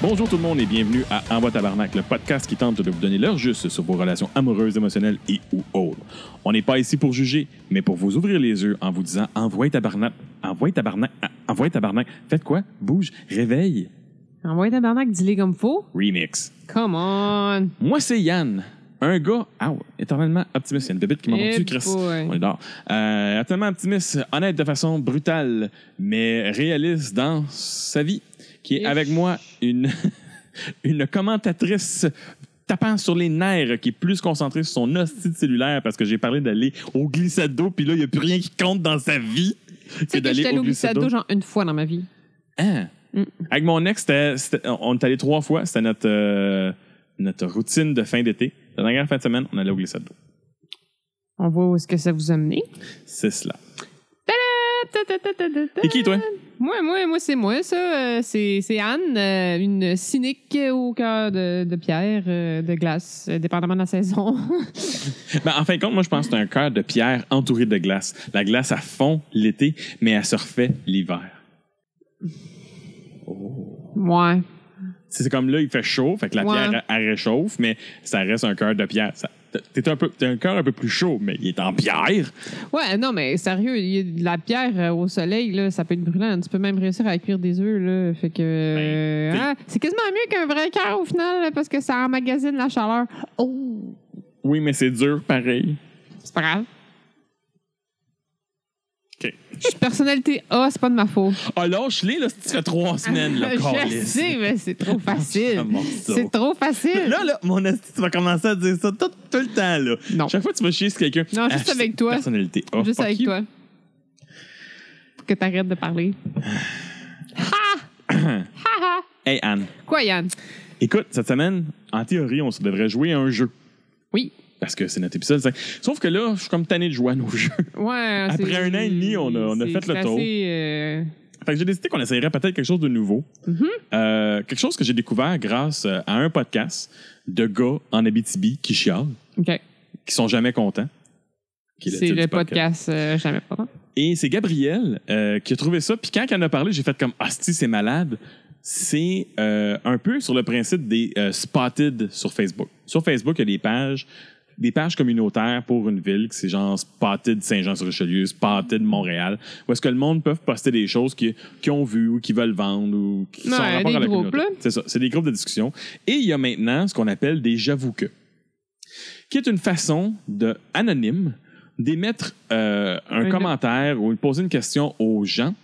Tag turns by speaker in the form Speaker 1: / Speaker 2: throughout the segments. Speaker 1: Bonjour tout le monde et bienvenue à Envoi Tabarnak, le podcast qui tente de vous donner l'heure juste sur vos relations amoureuses, émotionnelles et ou autres. On n'est pas ici pour juger, mais pour vous ouvrir les yeux en vous disant Envoie Tabarnak, Envoie Tabarnak, ah, Envoie Tabarnak. Faites quoi? Bouge, réveille.
Speaker 2: Envoyez tabarnak, dis-les comme faut.
Speaker 1: Remix.
Speaker 2: Come on!
Speaker 1: Moi, c'est Yann. Un gars, ah, ouais, éternellement optimiste. Il y a une bébête qui m'a
Speaker 2: Eh
Speaker 1: rendu, Chris.
Speaker 2: boy.
Speaker 1: On est dehors. Euh, éternellement optimiste, honnête de façon brutale, mais réaliste dans sa vie, qui est
Speaker 2: Eh.
Speaker 1: avec moi une, une commentatrice tapant sur les nerfs, qui est plus concentrée sur son hostie de cellulaire parce que j'ai parlé d'aller au glissade d'eau, puis là, il n'y a plus rien qui compte dans sa vie
Speaker 2: Tu sais que j'étais allée au glissade d'eau genre une fois dans ma vie.
Speaker 1: Hein?
Speaker 2: Mm.
Speaker 1: Avec mon ex, c'était- c'était- on est allé trois fois. C'était notre, euh, notre routine de fin d'été. La dernière fin de semaine, on allait au glissade d'eau.
Speaker 2: On voit où est-ce que ça vous a mené.
Speaker 1: C'est cela.
Speaker 2: Ta- ta- ta- ta- ta- ta.
Speaker 1: Et qui, toi?
Speaker 2: Moi, moi, moi, c'est moi, ça. Euh, c'est c'est Anne, euh, une cynique au cœur de, de pierre, euh, de glace, euh, dépendamment de la saison.
Speaker 1: Ben, en fin de compte, moi, je pense que c'est un cœur de pierre entouré de glace. La glace, elle fond l'été, mais elle se refait l'hiver.
Speaker 2: ouais.
Speaker 1: C'est c'est comme là, il fait chaud, fait que la
Speaker 2: Ouais.
Speaker 1: pierre, elle, elle réchauffe, mais ça reste un cœur de pierre. Ça- T'es un, peu- t'as un cœur un peu plus chaud, mais il est en pierre.
Speaker 2: Ouais, non, mais sérieux, il y a de la pierre euh, au soleil, là, ça peut être brûlant. Tu peux même réussir à cuire des œufs, là. Fait que. euh,
Speaker 1: Ben,
Speaker 2: hein, c'est quasiment mieux qu'un vrai cœur au final, là, parce que ça emmagasine la chaleur. Oh!
Speaker 1: Oui, mais c'est dur, pareil.
Speaker 2: C'est pas grave.
Speaker 1: OK.
Speaker 2: Je suis personnalité A, c'est pas de ma faute.
Speaker 1: Ah, lâche-les, là, si tu fais trois semaines, là,
Speaker 2: Je
Speaker 1: câlisse.
Speaker 2: sais, mais c'est trop
Speaker 1: Un
Speaker 2: facile.
Speaker 1: morceau.
Speaker 2: C'est trop facile.
Speaker 1: Là, là, mon esti, tu vas commencer à dire ça tout, tout le temps, là.
Speaker 2: Non.
Speaker 1: Chaque fois que tu vas chier sur quelqu'un.
Speaker 2: Non, juste
Speaker 1: je-
Speaker 2: avec toi.
Speaker 1: Personnalité. Ah,
Speaker 2: Juste
Speaker 1: fuck
Speaker 2: avec
Speaker 1: you.
Speaker 2: toi. Pour que t'arrêtes de parler. Ha! Ha ha!
Speaker 1: Hey, Anne.
Speaker 2: Quoi, Yann?
Speaker 1: Écoute, cette semaine, en théorie, on se devrait jouer à un jeu.
Speaker 2: Oui.
Speaker 1: Parce que c'est notre épisode. cinq. Sauf que là, je suis comme tanné de jouer à nos jeux.
Speaker 2: Ouais,
Speaker 1: Après
Speaker 2: c'est-
Speaker 1: un an et demi, on a- on a
Speaker 2: c'est
Speaker 1: fait le
Speaker 2: classé,
Speaker 1: tour.
Speaker 2: euh,
Speaker 1: Fait que j'ai décidé qu'on essayerait peut-être quelque chose de nouveau.
Speaker 2: Mhm.
Speaker 1: Euh, quelque chose que j'ai découvert grâce euh, à un podcast de gars en Abitibi qui chialent,
Speaker 2: OK.
Speaker 1: qui sont jamais contents. Qui est
Speaker 2: C'est
Speaker 1: titre
Speaker 2: le
Speaker 1: du podcast.
Speaker 2: podcast euh, Jamais pas.
Speaker 1: Et c'est Gabriel euh, qui a trouvé ça. Puis quand il en a parlé, j'ai fait comme Asti, c'est malade. C'est euh, un peu sur le principe des euh, spotted sur Facebook. Sur Facebook, il y a des pages, des pages communautaires pour une ville, que c'est genre spotted Saint-Jean-sur-Richelieu, spotted Montréal, où est-ce que le monde peut poster des choses qui- qu'ils ont vues ou qu'ils veulent vendre ou qui sont en
Speaker 2: Ouais,
Speaker 1: rapport
Speaker 2: des
Speaker 1: à la
Speaker 2: groupes,
Speaker 1: communauté.
Speaker 2: là.
Speaker 1: C'est ça, c'est des groupes de discussion. Et il y a maintenant ce qu'on appelle des j'avoue que, qui est une façon de anonyme d'émettre euh, un
Speaker 2: Un-
Speaker 1: commentaire ou de poser une question aux gens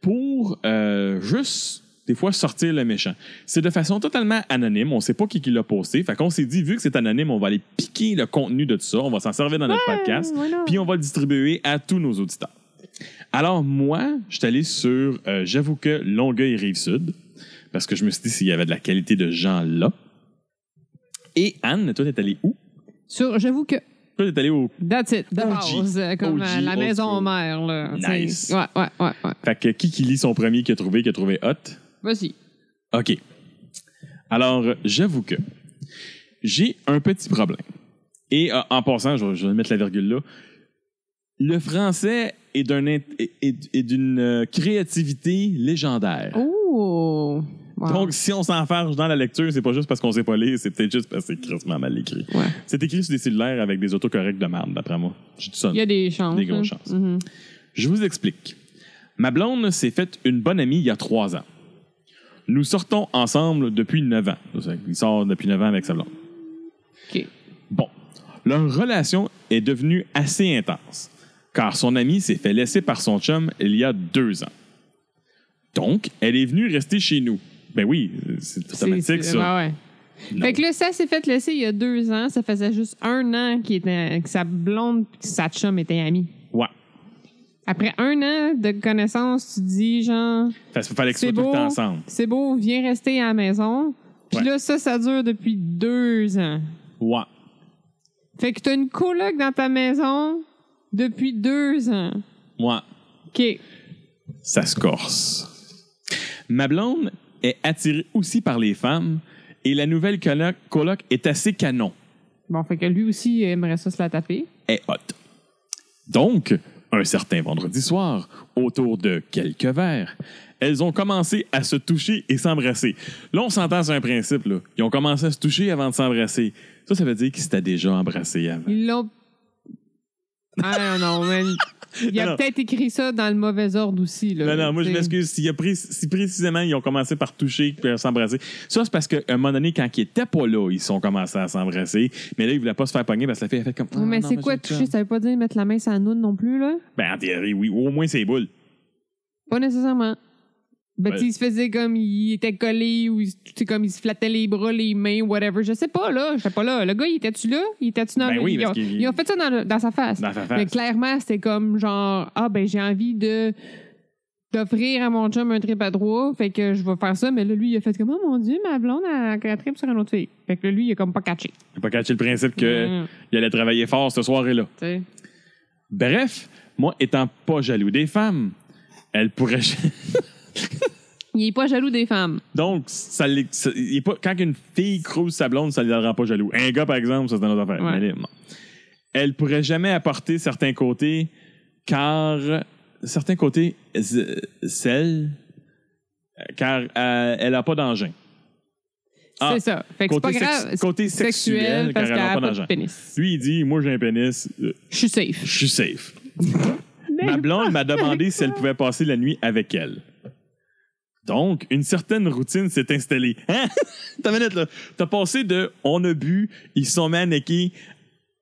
Speaker 1: pour euh, juste des fois sortir le méchant. C'est de façon totalement anonyme, on sait pas qui, qui l'a posté. Fait qu'on s'est dit vu que c'est anonyme, on va aller piquer le contenu de tout ça, on va s'en servir dans notre podcast, puis on va le distribuer à tous nos auditeurs. Alors moi, je suis allé sur euh, j'avoue que Longueuil rive sud parce que je me suis dit s'il y avait de la qualité de gens là. Et Anne, toi t'es allée où
Speaker 2: Sur, j'avoue que
Speaker 1: Toi t'es allée au
Speaker 2: that's it, de
Speaker 1: OG,
Speaker 2: base, euh, comme
Speaker 1: OG,
Speaker 2: euh, la
Speaker 1: old
Speaker 2: maison
Speaker 1: school.
Speaker 2: mère. Là, t'sais.
Speaker 1: Nice.
Speaker 2: Ouais, ouais, ouais. ouais.
Speaker 1: Fait que qui qui lit son premier qui a trouvé, qui a trouvé hot?
Speaker 2: Vas-y.
Speaker 1: OK. Alors, euh, j'avoue que j'ai un petit problème. Et euh, en passant, je vais, je vais mettre la virgule là. Le français est d'un int- est- est- est d'une euh, créativité légendaire.
Speaker 2: Oh! Wow.
Speaker 1: Donc, si on s'enfarge dans la lecture, c'est pas juste parce qu'on sait pas lire, c'est peut-être juste parce que c'est crissement mal écrit.
Speaker 2: Ouais.
Speaker 1: C'est écrit sur des cellulaires avec des autocorrects de merde, d'après moi. Je dis ça.
Speaker 2: il y a des chances.
Speaker 1: Des grosses
Speaker 2: hein.
Speaker 1: chances.
Speaker 2: Mhm.
Speaker 1: Je vous explique. Ma blonde s'est faite une bonne amie il y a trois ans. Nous sortons ensemble depuis neuf ans. Il sort depuis neuf ans avec sa blonde.
Speaker 2: OK.
Speaker 1: Bon, leur relation est devenue assez intense, car son amie s'est fait laisser par son chum il y a deux ans. Donc, elle est venue rester chez nous. Ben oui, c'est automatique,
Speaker 2: C'est-
Speaker 1: ça.
Speaker 2: Ouais, ouais.
Speaker 1: Non.
Speaker 2: Fait que là, ça s'est fait laisser il y a deux ans. Ça faisait juste un an qu'il était, que sa blonde et sa chum étaient amis.
Speaker 1: Ouais.
Speaker 2: Après un an de connaissance, tu dis genre,
Speaker 1: Fait que fallait qu'ils
Speaker 2: c'est
Speaker 1: soient tout le
Speaker 2: beau,
Speaker 1: temps ensemble.
Speaker 2: c'est beau, viens rester à la maison. Puis
Speaker 1: Ouais.
Speaker 2: là, ça, ça dure depuis deux ans.
Speaker 1: Ouais.
Speaker 2: Fait que t'as une coloc dans ta maison depuis deux ans.
Speaker 1: Ouais.
Speaker 2: OK.
Speaker 1: ça se corse. Ma blonde est attirée aussi par les femmes et la nouvelle coloc, coloc est assez canon.
Speaker 2: Bon, fait que lui aussi aimerait ça se la taper.
Speaker 1: est haute. Donc, un certain vendredi soir, autour de quelques verres, elles ont commencé à se toucher et s'embrasser. Là, on s'entend sur un principe. Là. Ils ont commencé à se toucher avant de s'embrasser. Ça, ça veut dire qu'ils s'étaient déjà embrassés avant.
Speaker 2: Ils l'ont. Ah non, non, mais il
Speaker 1: Non.
Speaker 2: a peut-être écrit ça dans le mauvais ordre aussi. Là,
Speaker 1: Non, non, moi, je
Speaker 2: T'sais.
Speaker 1: m'excuse. S'il y a pré- si précisément ils ont commencé par toucher puis à s'embrasser, ça, c'est parce qu'à un moment donné, quand ils n'étaient pas là, ils sont commencé à s'embrasser. Mais là, ils ne voulaient pas se faire pogner parce que la fille a fait comme.
Speaker 2: Oui, mais
Speaker 1: Ah, non,
Speaker 2: c'est
Speaker 1: moi,
Speaker 2: quoi
Speaker 1: j'ai le
Speaker 2: toucher? Ça veut pas dire mettre la main sur la noune non plus, là?
Speaker 1: temps. Ben, en théorie, oui. Au moins, c'est boule.
Speaker 2: Pas nécessairement. Ben,
Speaker 1: Ouais.
Speaker 2: tu sais, il se faisait comme il était collé ou il, tu sais, comme il se flattait les bras, les mains, whatever. Je sais pas, là. Je sais pas, là. Le gars, il était-tu là? Il était-tu dans
Speaker 1: Ben
Speaker 2: le-
Speaker 1: oui,
Speaker 2: ils,
Speaker 1: parce
Speaker 2: ont,
Speaker 1: qu'il-
Speaker 2: ils ont fait ça dans, le- dans sa face.
Speaker 1: Dans sa
Speaker 2: Mais
Speaker 1: face.
Speaker 2: clairement, c'était comme genre, ah, ben, j'ai envie de d'offrir à mon chum un trip à trois, fait que je vais faire ça. Mais là, lui, il a fait comme, oh mon Dieu, ma blonde, elle, elle trip sur une autre fille. Fait que là, lui, il a comme pas catché.
Speaker 1: J'ai pas catché le principe qu'il
Speaker 2: Mm,
Speaker 1: allait travailler fort ce soir-là.
Speaker 2: tu sais.
Speaker 1: Bref, moi, étant pas jaloux des femmes, elle pourrait.
Speaker 2: Il est pas jaloux des femmes.
Speaker 1: Donc, ça, l'est- ça- il est pas, quand une fille crouse sa blonde, ça ne la rend pas jaloux. Un gars, par exemple, ça, c'est une autre affaire.
Speaker 2: Ouais.
Speaker 1: Mais elle, non. Elle pourrait jamais apporter certains côtés, car certains côtés, z- celle, euh, car euh, elle n'a pas d'engin. Ah,
Speaker 2: c'est ça. Fait que c'est
Speaker 1: Côté,
Speaker 2: pas
Speaker 1: sex-
Speaker 2: grave.
Speaker 1: côté
Speaker 2: C'est
Speaker 1: sexuel, car
Speaker 2: parce
Speaker 1: elle
Speaker 2: qu'elle
Speaker 1: n'a
Speaker 2: a
Speaker 1: pas
Speaker 2: pas de
Speaker 1: d'engin.
Speaker 2: pénis.
Speaker 1: Lui, il dit Moi, j'ai un pénis, euh,
Speaker 2: Je suis safe.
Speaker 1: je suis safe. Ma blonde m'a demandé si elle pouvait passer la nuit avec elle. Donc, une certaine routine s'est installée. Hein? T'as minute, là. T'as passé de on a bu, ils se sont mis à necker,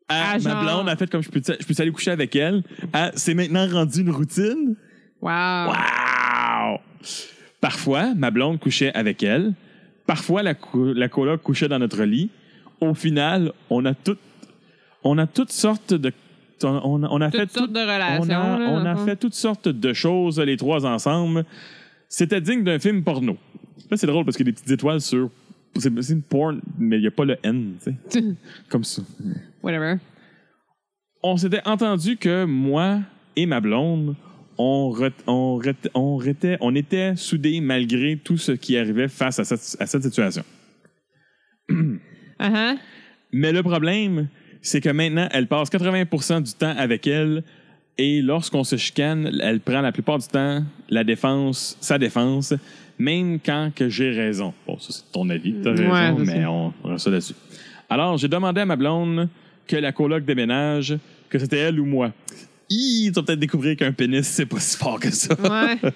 Speaker 1: à ma
Speaker 2: Ah, genre.
Speaker 1: blonde a fait comme je peux, je peux aller coucher avec elle, à c'est maintenant rendu une routine.
Speaker 2: Wow. Ah.
Speaker 1: Wow! Parfois, ma blonde couchait avec elle. Parfois, la, co- la coloc couchait dans notre lit. Au final, on a toutes, on a toutes sortes de, on, on a- on a fait
Speaker 2: Toutes sortes de relations.
Speaker 1: on a,
Speaker 2: là, Hum.
Speaker 1: on a
Speaker 2: dans le
Speaker 1: fait toutes sortes de choses, les trois ensemble. C'était digne d'un film porno. Là, c'est drôle parce qu'il y a des petites étoiles sur. C'est c'est une porn, mais il n'y a pas le N, tu sais.
Speaker 2: fond.
Speaker 1: Comme ça.
Speaker 2: Whatever.
Speaker 1: On s'était entendu que moi et ma blonde, on, re- on, re- on, était, on était soudés malgré tout ce qui arrivait face à cette, à cette situation.
Speaker 2: Ah ah.
Speaker 1: Mais le problème, c'est que maintenant, elle passe 80 du temps avec elle et lorsqu'on se chicane, elle prend la plupart du temps la défense, sa défense, même quand que j'ai raison. Bon, ça, c'est ton avis, t'as
Speaker 2: Ouais,
Speaker 1: raison,
Speaker 2: c'est
Speaker 1: mais
Speaker 2: ça.
Speaker 1: on on reste ça là-dessus. Alors, j'ai demandé à ma blonde que la coloc déménage, que c'était elle ou moi. Hi, tu vas peut-être découvrir qu'un pénis, c'est pas si fort que ça.
Speaker 2: Ouais.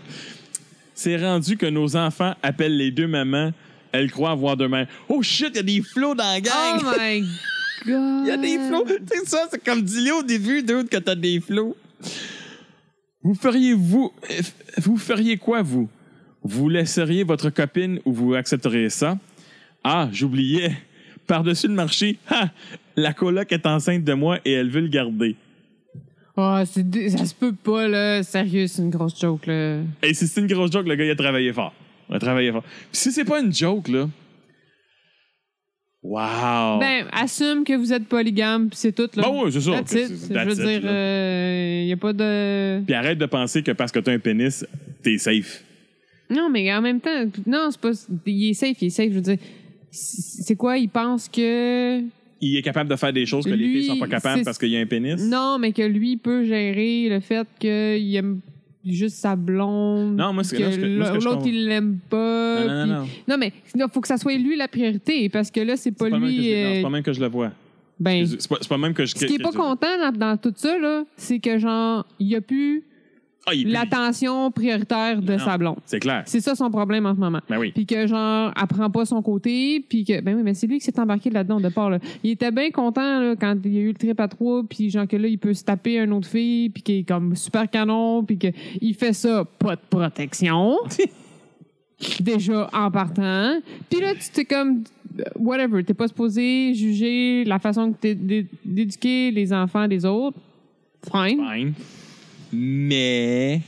Speaker 1: C'est rendu que nos enfants appellent les deux mamans. Elles croient avoir deux mères. Oh shit, il y a des flots dans la gang!
Speaker 2: oh my God.
Speaker 1: Il y a des flots. Tu sais, ça, c'est comme dis-le au début, d'autres, que t'as des flots. Vous feriez, vous, euh, vous feriez quoi, vous? Vous laisseriez votre copine ou vous accepteriez ça? Ah, j'oubliais. Par-dessus le marché, ha! La coloc est enceinte de moi et elle veut le garder.
Speaker 2: Oh, c'est dé- ça se peut pas, là. Sérieux, c'est une grosse joke, là.
Speaker 1: Et si c'est une grosse joke, le gars, il a travaillé fort. Il a travaillé fort. Puis si c'est pas une joke, là. Wow!
Speaker 2: Ben, assume que vous êtes polygame, puis c'est tout, là.
Speaker 1: Oh. Bon, ouais, c'est ça.
Speaker 2: That's it. Je
Speaker 1: That's
Speaker 2: veux
Speaker 1: it,
Speaker 2: dire, il
Speaker 1: là.
Speaker 2: a pas de.
Speaker 1: Puis arrête de penser que parce que t'as un pénis, t'es safe.
Speaker 2: Non, mais en même temps, non, c'est pas. Il est safe, il est safe. Je veux dire, c'est c'est quoi? Il pense que.
Speaker 1: il est capable de faire des choses que les
Speaker 2: Lui,
Speaker 1: filles sont pas capables
Speaker 2: c'est-
Speaker 1: parce qu'il y a un pénis?
Speaker 2: Non, mais que lui peut gérer le fait qu'il aime juste sa blonde.
Speaker 1: Non, moi, c'est-
Speaker 2: que
Speaker 1: non, ce que- moi, ce que je
Speaker 2: l'autre,
Speaker 1: comprends-
Speaker 2: il l'aime pas.
Speaker 1: Non, non, non,
Speaker 2: puis-
Speaker 1: non.
Speaker 2: Non, mais il faut que ça soit lui la priorité parce que là, c'est pas
Speaker 1: C'est pas même que
Speaker 2: lui.
Speaker 1: je- non, c'est
Speaker 2: euh,
Speaker 1: pas même que je le vois.
Speaker 2: ben,
Speaker 1: C'est pas, c'est pas même que je.
Speaker 2: ce qui est
Speaker 1: que-
Speaker 2: pas
Speaker 1: que-
Speaker 2: content dans, dans tout ça, là, c'est que genre, il n'y a plus
Speaker 1: Ah, il pue.
Speaker 2: l'attention prioritaire de
Speaker 1: Non.
Speaker 2: sa blonde.
Speaker 1: C'est clair.
Speaker 2: C'est ça son problème en ce moment.
Speaker 1: Ben oui.
Speaker 2: Puis que, genre, elle prend pas son côté. Puis que, ben oui, mais c'est lui qui s'est embarqué là-dedans de part. Là. Il était bien content là, quand il y a eu le trip à trois. Puis, genre, que là, il peut se taper une autre fille. Puis qu'il est comme super canon. Puis qu'il fait ça, pas de protection. Déjà en partant. Puis là, tu t'es comme, euh, whatever. T'es pas supposé juger la façon que t'es d'é- d'éduquer les enfants des autres. Fine.
Speaker 1: Fine. Mais.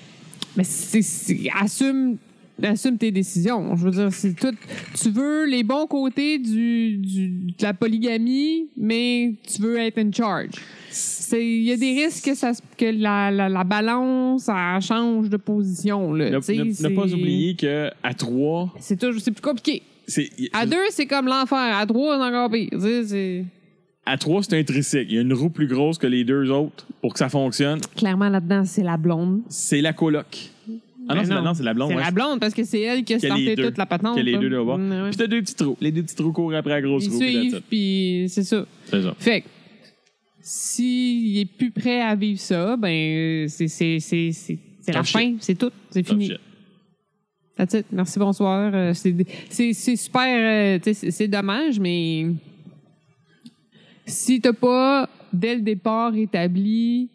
Speaker 2: Mais c'est, c'est- assume, assume tes décisions. Je veux dire, c'est tout. Tu veux les bons côtés du, du- de la polygamie, mais tu veux être in charge. C'est, il y a des risques que, ça, se- que la, la, la balance elle change de position. Là,
Speaker 1: Ne,
Speaker 2: Tu sais,
Speaker 1: ne- ne
Speaker 2: c'est-
Speaker 1: pas oublier que à trois,
Speaker 2: C'est toujours c'est plus compliqué.
Speaker 1: c'est.
Speaker 2: À deux, c'est comme l'enfer. À trois, c'est encore pire. Tu sais, c'est-
Speaker 1: À trois, c'est un tricycle. Il y a une roue plus grosse que les deux autres pour que ça fonctionne.
Speaker 2: Clairement, là-dedans, c'est la blonde.
Speaker 1: C'est la coloc. Ah non,
Speaker 2: Ben
Speaker 1: c'est la-
Speaker 2: non.
Speaker 1: non, c'est la blonde.
Speaker 2: C'est
Speaker 1: ouais.
Speaker 2: la blonde parce que c'est elle qui a
Speaker 1: Qu'il y a les
Speaker 2: starté
Speaker 1: deux.
Speaker 2: toute la patente.
Speaker 1: Qu'il y a les
Speaker 2: là.
Speaker 1: deux là-bas.
Speaker 2: Mm, ouais.
Speaker 1: Puis t'as deux petits trous. Les deux petits trous courent après la grosse
Speaker 2: Ils
Speaker 1: roue. puis that's
Speaker 2: suivent,
Speaker 1: it.
Speaker 2: puis c'est ça.
Speaker 1: C'est ça.
Speaker 2: Fait que, s'il est plus prêt à vivre ça, ben, euh, c'est- c'est c'est- c'est- c'est la
Speaker 1: Tough shit.
Speaker 2: fin, c'est tout, c'est
Speaker 1: Tough
Speaker 2: fini.
Speaker 1: shit.
Speaker 2: That's it. Merci, bonsoir. Euh, c'est- C'est c'est super. euh, tu sais, c'est- c'est dommage, mais si t'as pas, dès le départ, établi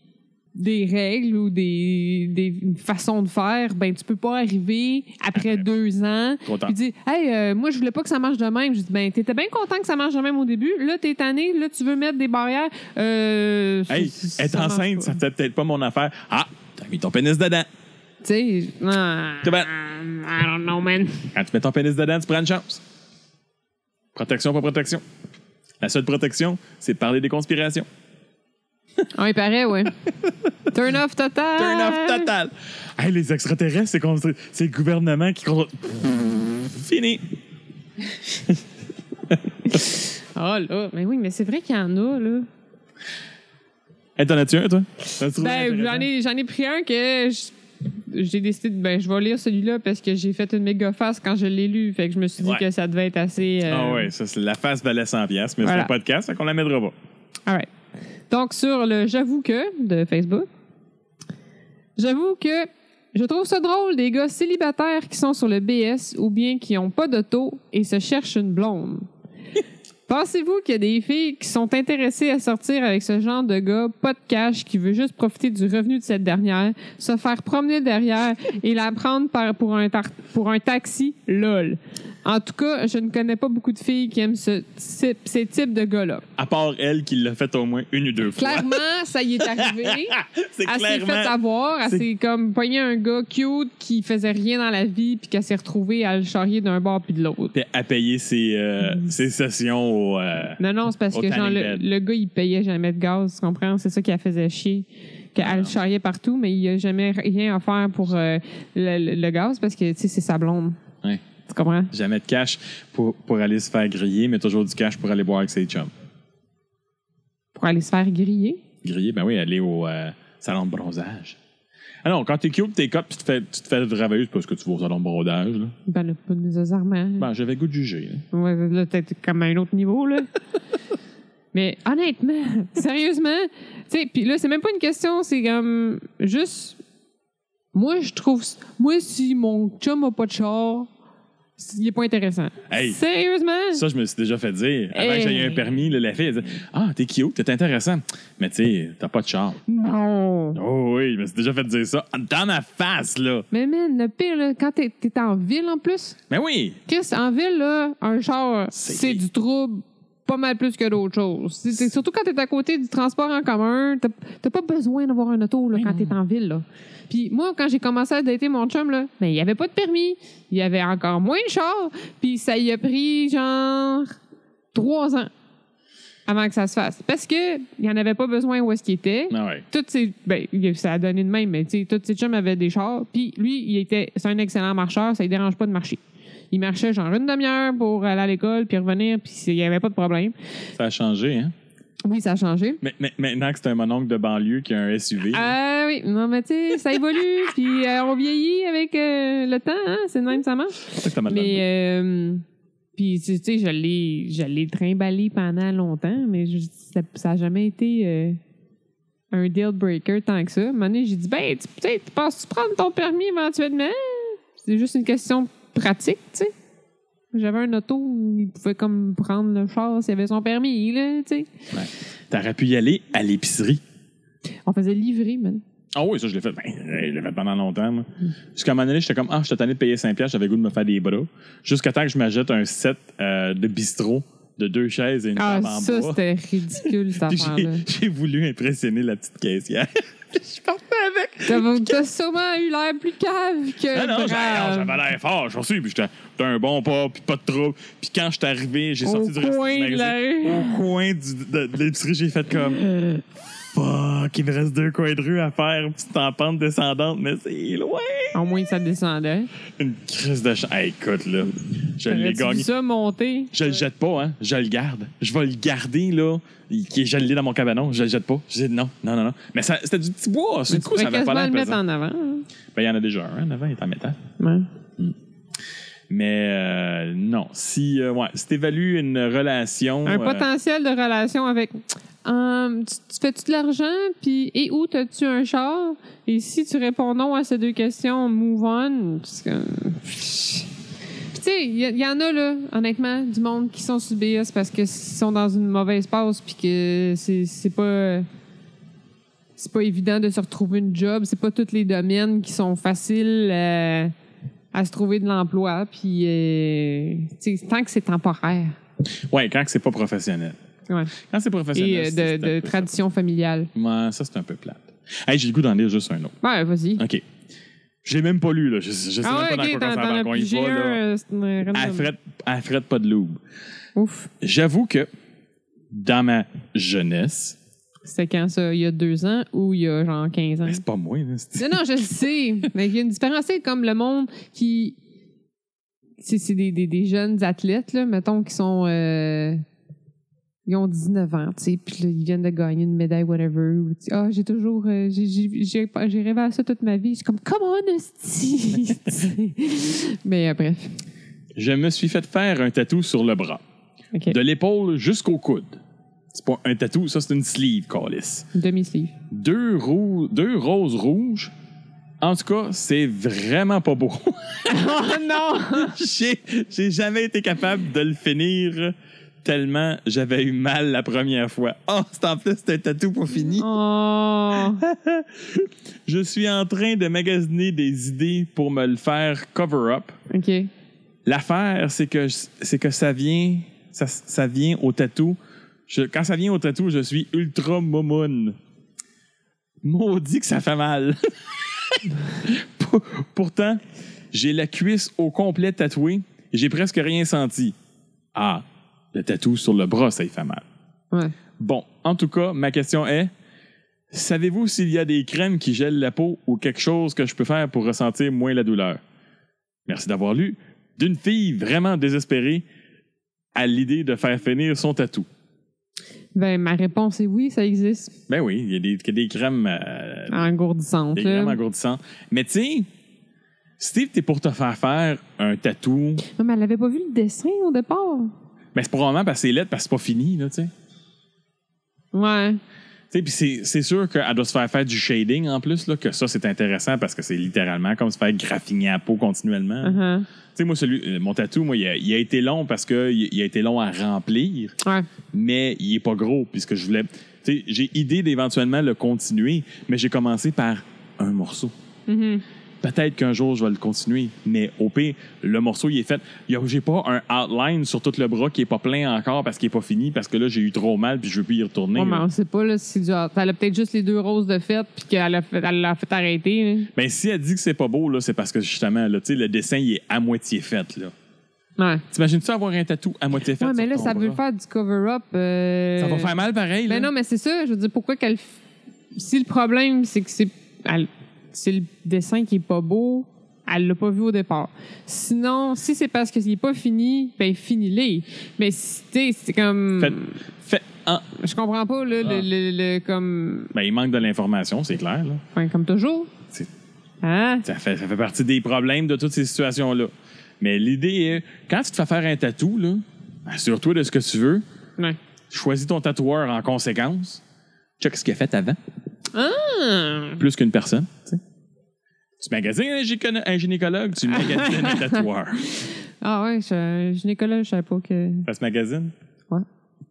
Speaker 2: des règles ou des, des façons de faire, ben tu peux pas arriver après deux ans
Speaker 1: Content.
Speaker 2: puis dire Hey, euh, moi, je voulais pas que ça marche de même. Je dis Ben, t'étais bien content que ça marche de même au début. Là, t'es tanné. Là, tu veux mettre des barrières. Euh,
Speaker 1: Hey,
Speaker 2: c- c-
Speaker 1: être
Speaker 2: marche
Speaker 1: enceinte,
Speaker 2: pas.
Speaker 1: ça fait peut-être pas mon affaire. Ah, t'as mis ton pénis dedans.
Speaker 2: Tu sais, ah,
Speaker 1: T'es ben-
Speaker 2: I don't know, man.
Speaker 1: Quand tu mets ton pénis dedans, tu prends une chance. Protection, pas protection. La seule protection, c'est de parler des conspirations.
Speaker 2: Ah, il paraît, ouais. Turn off total.
Speaker 1: Turn off
Speaker 2: Ah.
Speaker 1: total. Hey, les extraterrestres, c'est constru- c'est le gouvernement qui contrôle. Fini.
Speaker 2: Ah, là. Mais oui, mais c'est vrai qu'il y en a, là.
Speaker 1: Hey, t'en as-tu un, toi? T'en as-tu trouvé
Speaker 2: Ben,
Speaker 1: intéressant?
Speaker 2: j'en ai, j'en ai pris un que je- j'ai décidé de. Ben, je vais lire celui-là parce que j'ai fait une méga face quand je l'ai lu. Fait que je me suis dit
Speaker 1: Ouais.
Speaker 2: que ça devait être assez. euh,
Speaker 1: Ah ouais, ça, c'est la face valait 100$, piastres, mais c'est
Speaker 2: Voilà.
Speaker 1: un podcast, fait qu'on la mettra pas.
Speaker 2: All right. Donc, sur le J'avoue que de Facebook, j'avoue que je trouve ça drôle des gars célibataires qui sont sur le BS ou bien qui n'ont pas d'auto et se cherchent une blonde. Pensez-vous qu'il y a des filles qui sont intéressées à sortir avec ce genre de gars, pas de cash, qui veut juste profiter du revenu de cette dernière, se faire promener derrière et la prendre par- pour, un tar- pour un taxi, lol. En tout cas, je ne connais pas beaucoup de filles qui aiment ce type, ces types de gars-là.
Speaker 1: À part elle qui l'a fait au moins une ou deux fois.
Speaker 2: Clairement, ça y est arrivé.
Speaker 1: c'est
Speaker 2: Elle s'est
Speaker 1: clairement.
Speaker 2: fait avoir. Elle
Speaker 1: c'est-
Speaker 2: s'est comme pogné un gars cute qui faisait rien dans la vie puis qu'elle s'est retrouvée à le charrier d'un bord puis de l'autre.
Speaker 1: Puis à payer ses, euh,
Speaker 2: Mm.
Speaker 1: ses sessions au. euh,
Speaker 2: Non, non, c'est parce
Speaker 1: Au
Speaker 2: que genre,
Speaker 1: tanning
Speaker 2: le,
Speaker 1: bed.
Speaker 2: le gars, il payait jamais de gaz, tu comprends? C'est ça qui la faisait chier. Qu'elle le charriait partout, mais il a jamais rien à faire pour euh, le, le- le gaz parce que, tu sais, c'est sa blonde.
Speaker 1: Ouais.
Speaker 2: Tu comprends?
Speaker 1: jamais de cash pour, pour aller se faire griller, mais toujours du cash pour aller boire avec ses chums.
Speaker 2: Pour aller se faire griller.
Speaker 1: Griller, ben oui, aller au euh, salon de bronzage. Ah non, quand t'es cute, t'es cop, puis tu te fais, tu te fais travailler, c'est parce que tu vas au salon de bronzage. Là.
Speaker 2: Ben, le pas nécessairement.
Speaker 1: Ben, j'avais goût de juger. là.
Speaker 2: Ouais, là, peut-être comme à un autre niveau, là. Mais honnêtement, sérieusement, tu sais, puis là, c'est même pas une question, c'est comme juste. Moi, je trouve. Moi, si mon chum a pas de char, il est pas intéressant.
Speaker 1: Hey!
Speaker 2: Sérieusement?
Speaker 1: Ça, je me suis déjà fait dire. Avant
Speaker 2: Hey.
Speaker 1: que j'aie un permis, là, la fille, elle dit Ah, t'es cute, t'es intéressant. Mais tu sais, t'as pas de char.
Speaker 2: Non!
Speaker 1: Oh oui, je me suis déjà fait dire ça. Dans ma face, là.
Speaker 2: Mais man, le pire, là, quand t'es t'es en ville en plus,
Speaker 1: Mais oui,
Speaker 2: Chris, en ville, là, un char,
Speaker 1: C'est-
Speaker 2: c'est du trouble pas mal plus que d'autres choses. C'est- c'est surtout quand t'es à côté du transport en commun, t'as t'as pas besoin d'avoir un auto là, quand t'es en ville. Là. Puis moi, quand j'ai commencé à dater mon chum, là, ben, il y avait pas de permis, il y avait encore moins de char, puis ça y a pris genre trois ans avant que ça se fasse. Parce que il y en avait pas besoin où est-ce qu'il était
Speaker 1: Ah ouais.
Speaker 2: toutes ses ben il- ça a donné de même mais tu sais tous ses chums avaient des chars puis lui il était c'est un excellent marcheur ça ne dérange pas de marcher il marchait genre une demi-heure pour aller à l'école puis revenir puis il n'y avait pas de problème
Speaker 1: Ça a changé, hein?
Speaker 2: oui ça a changé
Speaker 1: Mais, mais- maintenant que c'est un mononcle de banlieue qui a un SUV. là.
Speaker 2: ah oui non mais tu sais ça évolue puis euh, on vieillit avec euh, le temps hein? c'est de même que ça marche
Speaker 1: C'est ça que t'as mal donné.
Speaker 2: Mais euh, puis tu sais, je l'ai, je l'ai trimballé pendant longtemps, mais je- ça, ça a jamais été euh, un deal breaker tant que ça. À un moment donné, j'ai dit ben, tu sais, tu penses tu prendre ton permis éventuellement C'est juste une question pratique, tu sais. J'avais un auto, il pouvait comme prendre le char s'il avait son permis, là, tu sais. euh,
Speaker 1: T'aurais pu y aller à l'épicerie.
Speaker 2: On faisait livrer, man.
Speaker 1: Ah oui, ça, je l'ai fait. Ben, je l'ai fait pendant longtemps. moi. Jusqu'à un moment donné, j'étais comme, ah, j'étais tanné de payer 5$, j'avais le goût de me faire des bras. Jusqu'à temps que je m'achète un set euh, de bistrot de deux chaises et une
Speaker 2: Ah,
Speaker 1: table en
Speaker 2: ça,
Speaker 1: bois.
Speaker 2: c'était ridicule, cette
Speaker 1: Puis
Speaker 2: affaire-là.
Speaker 1: J'ai j'ai voulu impressionner la petite caissière. Puis je suis parti avec.
Speaker 2: T'as t'as sûrement eu l'air plus cave que.
Speaker 1: Non, non, j'ai-
Speaker 2: brave.
Speaker 1: j'avais l'air fort, j'en suis. Puis j'étais j'étais un bon pas, puis pas de trouble. Puis quand je suis arrivé, j'ai
Speaker 2: Au
Speaker 1: sorti du restaurant.
Speaker 2: coin de la rue. Euh.
Speaker 1: Au coin du- de, de l'épicerie, j'ai fait comme fuck, il me reste deux coins de rue à faire, petite en pente descendante, mais c'est loin.
Speaker 2: Au moins, ça descendait.
Speaker 1: Une crise de chance. Hey, écoute, là, je l'ai
Speaker 2: T'aurais-tu vu
Speaker 1: gagné.
Speaker 2: ça monter.
Speaker 1: Je le jette pas, hein. Je le garde. Je vais le garder, là. Il- qui est- Je l'ai dans mon cabanon. Je le jette pas. Je dis non, non, non, non. Mais ça- c'était du petit bois. Sur
Speaker 2: Mais
Speaker 1: le
Speaker 2: tu
Speaker 1: coup, ça
Speaker 2: pourrais
Speaker 1: avait pas
Speaker 2: quasiment
Speaker 1: l'air
Speaker 2: le mettre
Speaker 1: pesant.
Speaker 2: en avant. hein.
Speaker 1: Ben, il y en a déjà un en avant, il est en métal.
Speaker 2: Ouais.
Speaker 1: Mais euh, non. Si, euh, ouais, si t'évalues une relation.
Speaker 2: Un
Speaker 1: euh,
Speaker 2: potentiel de relation avec. Hum, tu, tu fais-tu de l'argent? Puis, et où t'as-tu un char? Et si tu réponds non à ces deux questions, move on. Parce que- Puis, tu sais, il y, a- il y en a, là, honnêtement, du monde qui sont sur BS parce qu'ils sont dans une mauvaise passe, puis que c'est c'est pas. C'est pas évident de se retrouver une job. C'est pas tous les domaines qui sont faciles. euh, à se trouver de l'emploi, puis euh, tu sais, tant que c'est temporaire.
Speaker 1: Ouais, quand que c'est pas professionnel.
Speaker 2: Ouais.
Speaker 1: Quand c'est professionnel.
Speaker 2: Et euh,
Speaker 1: c'est-
Speaker 2: de,
Speaker 1: c'est un
Speaker 2: de
Speaker 1: peu
Speaker 2: tradition familiale.
Speaker 1: ça. Ouais, ça, c'est un peu plate. Hey, j'ai le goût d'en lire juste un autre.
Speaker 2: Ouais, vas-y.
Speaker 1: OK. Je l'ai même pas lu, là. Je, je sais
Speaker 2: Ah
Speaker 1: même pas dans quoi
Speaker 2: t'en-
Speaker 1: ça
Speaker 2: t'en
Speaker 1: va.
Speaker 2: as
Speaker 1: qu'on y
Speaker 2: pigé
Speaker 1: va,
Speaker 2: un,
Speaker 1: là.
Speaker 2: euh, c'est une random.
Speaker 1: À fret- à fret pas de loup.
Speaker 2: Ouf,
Speaker 1: J'avoue que dans ma jeunesse,
Speaker 2: c'était quand ça? Il y a deux ans ou il y a genre 15 ans?
Speaker 1: Ben, c'est pas moi, là, c'est-
Speaker 2: Non, non, je le sais. Mais il y a une différence. C'est comme le monde qui. C'est c'est des, des, des jeunes athlètes, là, mettons, qui sont. euh, ils ont 19 ans, tu sais, puis là, ils viennent de gagner une médaille, whatever. ou tu- Ah, j'ai toujours. euh, j'ai- j'ai j'ai pas- j'ai rêvé à ça toute ma vie. Je suis comme, come on, esti! Tu sais. Mais euh, bref.
Speaker 1: Je me suis fait faire un tatou sur le bras,
Speaker 2: OK.
Speaker 1: de l'épaule jusqu'au coude. C'est pas un tatou, ça c'est une sleeve, Callis.
Speaker 2: Demi-sleeve.
Speaker 1: Deux, rou- deux roses rouges. En tout cas, c'est vraiment pas beau.
Speaker 2: oh non!
Speaker 1: J'ai j'ai jamais été capable de le finir tellement j'avais eu mal la première fois. Oh, c'est en plus c'était un tatou pour fini.
Speaker 2: Oh!
Speaker 1: Je suis en train de magasiner des idées pour me le faire cover up.
Speaker 2: OK.
Speaker 1: L'affaire, c'est que c'est que ça vient, ça, ça vient au tatou. Je- quand ça vient au tatou, je suis ultra momoun. Maudit que ça fait mal. Pour- Pourtant, j'ai la cuisse au complet tatouée. J'ai presque rien senti. Ah, le tatou sur le bras, ça y fait mal.
Speaker 2: Ouais.
Speaker 1: Bon, en tout cas, ma question est savez-vous s'il y a des crèmes qui gèlent la peau ou quelque chose que je peux faire pour ressentir moins la douleur Merci d'avoir lu. D'une fille vraiment désespérée à l'idée de faire finir son tatou.
Speaker 2: Ben, ma réponse est oui, ça existe.
Speaker 1: Ben oui, il y a des, des crèmes, euh,
Speaker 2: Engourdissante.
Speaker 1: des
Speaker 2: là.
Speaker 1: crèmes engourdissantes. Mais tu sais, Steve, t'es pour te faire faire un tatou.
Speaker 2: Non, mais elle avait pas vu le dessin au départ.
Speaker 1: Mais c'est probablement parce que c'est lettre, parce que c'est pas fini, là, tu sais.
Speaker 2: Ouais.
Speaker 1: Tu sais, puis c'est- c'est sûr qu'elle doit se faire faire du shading en plus, là, que ça, c'est intéressant parce que c'est littéralement comme se faire graffiner à peau continuellement.
Speaker 2: Uh-huh.
Speaker 1: Tu sais, moi, celui, euh, mon tatou, moi, il a, il a été long parce que il, il a été long à remplir,
Speaker 2: Ouais.
Speaker 1: mais il est pas gros puisque je voulais. Tu sais, j'ai idée d'éventuellement le continuer, mais j'ai commencé par un morceau.
Speaker 2: Mhm.
Speaker 1: Peut-être qu'un jour, je vais le continuer, mais au pire, le morceau, il est fait. Il y a- J'ai pas un outline sur tout le bras qui est pas plein encore parce qu'il est pas fini, parce que là, j'ai eu trop mal puis je veux plus y retourner.
Speaker 2: Ouais, mais
Speaker 1: là.
Speaker 2: on sait pas là, si tu as peut-être juste les deux roses de fête puis qu'elle a fait, elle l'a fait arrêter. là.
Speaker 1: Ben, si elle dit que c'est pas beau, là, c'est parce que justement, là, tu sais, le dessin, il est à moitié fait, là.
Speaker 2: Ouais.
Speaker 1: T'imagines-tu avoir un tatou à moitié fait?
Speaker 2: Ouais, mais
Speaker 1: sur
Speaker 2: là,
Speaker 1: ton
Speaker 2: ça veut
Speaker 1: bras?
Speaker 2: faire du cover-up. euh,
Speaker 1: Ça va faire mal pareil, là.
Speaker 2: Ben non, mais c'est ça. Je veux dire, pourquoi qu'elle. f- Si le problème, c'est que c'est. elle- C'est le dessin qui est pas beau, elle l'a pas vu au départ. Sinon, si c'est parce qu'il est pas fini, ben finis-les. Mais si t'es- c'est comme.
Speaker 1: Faites- Fait- ah.
Speaker 2: Je comprends pas, là, le,
Speaker 1: Ah.
Speaker 2: le- le- comme.
Speaker 1: Ben, il manque de l'information, c'est clair, là.
Speaker 2: enfin, comme toujours.
Speaker 1: C'est-
Speaker 2: Hein?
Speaker 1: Ça fait, ça fait partie des problèmes de toutes ces situations-là. Mais l'idée est, quand tu te fais faire un tatou, là, assure-toi de ce que tu veux,
Speaker 2: Ouais.
Speaker 1: choisis ton tatoueur en conséquence, check ce qu'il a fait avant,
Speaker 2: Ah!
Speaker 1: plus qu'une personne, tu sais. Tu magasines un, gynéco- un gynécologue, tu magasines un tatoueur.
Speaker 2: Ah ouais, je, je Nicolas, je savais pas que.
Speaker 1: Ça se magazine?
Speaker 2: Ouais.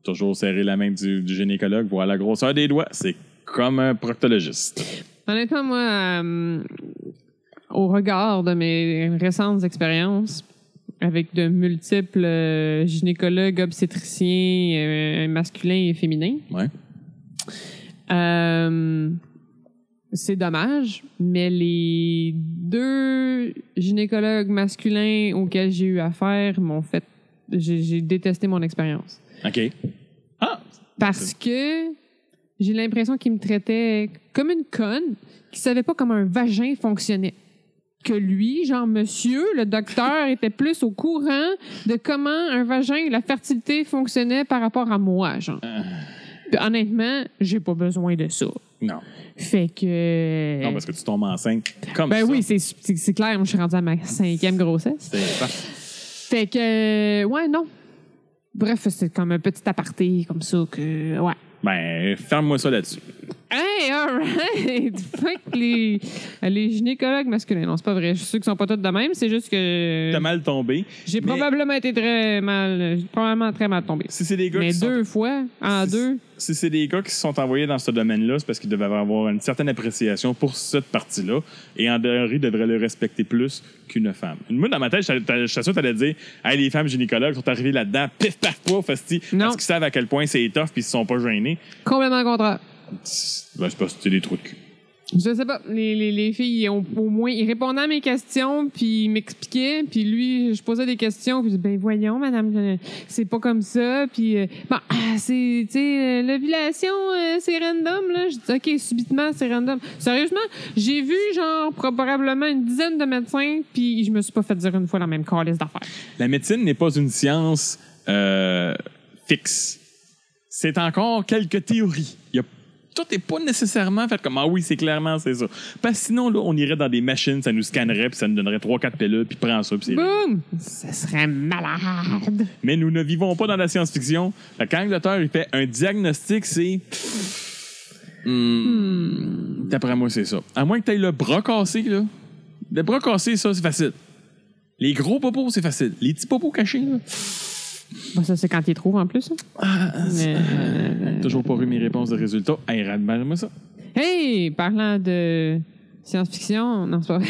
Speaker 1: Toujours serrer la main du, du gynécologue, voir la grosseur des doigts, c'est comme un proctologiste.
Speaker 2: Honnêtement, moi, euh, au regard de mes récentes expériences avec de multiples euh, gynécologues, obstétriciens euh, masculins et féminins,
Speaker 1: Ouais.
Speaker 2: euh, c'est dommage, mais les deux gynécologues masculins auxquels j'ai eu affaire m'ont fait. J'ai j'ai détesté mon expérience.
Speaker 1: OK. Ah!
Speaker 2: Parce que J'ai l'impression qu'il me traitait comme une conne qui savait pas comment un vagin fonctionnait. Que lui, genre monsieur, le docteur, était plus au courant de comment un vagin et la fertilité fonctionnaient par rapport à moi, genre.
Speaker 1: Ah.
Speaker 2: Puis honnêtement, j'ai pas besoin de ça.
Speaker 1: Non.
Speaker 2: Fait que.
Speaker 1: Non, parce que tu tombes enceinte comme
Speaker 2: ben
Speaker 1: ça.
Speaker 2: oui, c'est- c'est c'est clair, moi, je suis rendue à ma cinquième grossesse.
Speaker 1: C'est parfait.
Speaker 2: Fait que, euh, ouais, non. Bref, c'est comme un petit aparté, comme ça, que, ouais.
Speaker 1: Ben, ferme-moi ça là-dessus.
Speaker 2: Hey, alright! Fuck les, les gynécologues masculins. Non, c'est pas vrai. Je suis sûr qu'ils sont pas tous de même. C'est juste que
Speaker 1: T'as mal tombé.
Speaker 2: j'ai
Speaker 1: mais-
Speaker 2: probablement été très mal, j'ai probablement très mal tombé.
Speaker 1: Si c'est des gars
Speaker 2: Mais
Speaker 1: qui se sont
Speaker 2: deux fois, en
Speaker 1: Si-
Speaker 2: deux.
Speaker 1: Si c'est des gars qui se sont envoyés dans ce domaine-là, c'est parce qu'ils devaient avoir une certaine appréciation pour cette partie-là. Et en théorie, devraient le respecter plus qu'une femme. Moi, dans ma tête, je je suis sûr que t'allais dire hey, les femmes gynécologues sont arrivées là-dedans, pif, paf, pouf, esti,
Speaker 2: Non.
Speaker 1: parce qu'ils savent à quel point c'est tough puis ils se sont pas gênés.
Speaker 2: Complètement le contraire.
Speaker 1: Ben, je sais pas si c'est des trous de cul.
Speaker 2: Je sais pas. Les, les, les filles, ils ont, au moins, ils répondaient à mes questions, puis ils m'expliquaient, puis lui, je posais des questions, puis je dis, ben voyons, madame, euh, c'est pas comme ça, puis euh, bon, ah, c'est, tu sais, euh, l'ovulation, euh, c'est random, là. Je dis, ok, subitement, c'est random. Sérieusement, j'ai vu, genre, probablement une dizaine de médecins, puis je me suis pas fait dire une fois la même calice d'affaires.
Speaker 1: La médecine n'est pas une science euh, fixe. C'est encore quelques théories. Il y a- tout n'est pas nécessairement fait comme Ah oui, c'est clairement, c'est ça. Parce que sinon, là, on irait dans des machines, ça nous scannerait, puis ça nous donnerait 3-4 pellules, puis prends ça, puis c'est.
Speaker 2: Boum! Ça serait malade!
Speaker 1: Mais nous ne vivons pas dans la science-fiction. Fait que Quand l'auteur il fait un diagnostic, c'est. Hmm. D'après moi, c'est ça. À moins que tu aies le bras cassé, là. Le bras cassé, ça, c'est facile. Les gros popos, c'est facile. Les petits popos cachés, là.
Speaker 2: Bon, ça, c'est quand ils trouvent, en plus. hein. Mais, euh,
Speaker 1: Toujours pas eu mes réponses de résultats. Hey, moi ça.
Speaker 2: Hey, parlant de science-fiction, non, c'est pas vrai.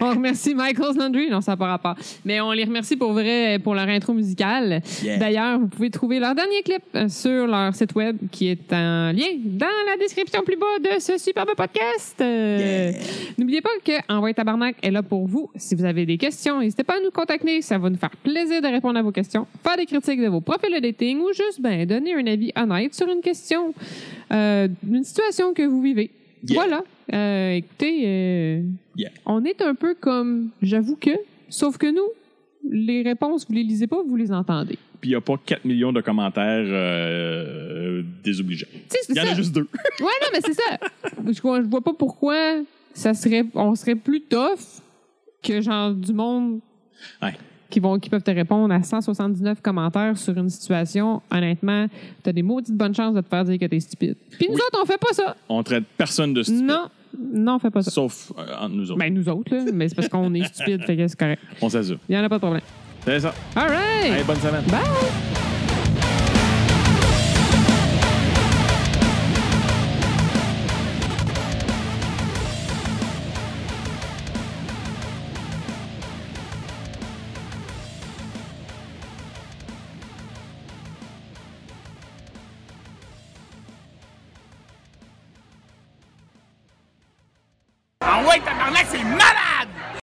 Speaker 2: on remercie Michael's Landry, non, ça n'a pas rapport. Mais on les remercie pour vrai pour leur intro musicale.
Speaker 1: Yeah.
Speaker 2: D'ailleurs, vous pouvez trouver leur dernier clip euh, sur leur site web qui est en lien dans la description plus bas de ce superbe podcast. Euh, N'oubliez pas que Envoyez Tabarnak est là pour vous. Si vous avez des questions, n'hésitez pas à nous contacter. Ça va nous faire plaisir de répondre à vos questions, faire des critiques de vos profils de dating ou juste ben, donner un avis honnête sur une question, euh, une situation que vous vivez.
Speaker 1: Yeah.
Speaker 2: Voilà. Euh, écoutez, euh,
Speaker 1: Yeah.
Speaker 2: on est un peu comme j'avoue que, sauf que nous, les réponses, vous les lisez pas, vous les entendez.
Speaker 1: Puis il n'y a pas 4 millions de commentaires euh, euh, désobligeants.
Speaker 2: Tu sais, c'est
Speaker 1: Il y en
Speaker 2: ça.
Speaker 1: a juste deux.
Speaker 2: Ouais, non, mais c'est ça. Je, vois- je vois pas pourquoi ça serait, on serait plus tough que genre du monde
Speaker 1: Ouais.
Speaker 2: qui, vont, qui peuvent te répondre à 179 commentaires sur une situation. Honnêtement, t'as des maudites bonnes chances de te faire dire que t'es stupide. Puis nous
Speaker 1: Oui.
Speaker 2: autres, on fait pas ça.
Speaker 1: On traite personne de stupide.
Speaker 2: Non, non, on fait pas ça.
Speaker 1: Sauf euh, entre nous autres.
Speaker 2: Ben, nous autres, là, mais c'est parce qu'on est stupide, fait que c'est correct.
Speaker 1: On s'assure.
Speaker 2: Il y en a pas de problème.
Speaker 1: C'est ça.
Speaker 2: All right!
Speaker 1: Hey, bonne semaine.
Speaker 2: Bye!
Speaker 3: Ah ouais, tabarnak, c'est malade!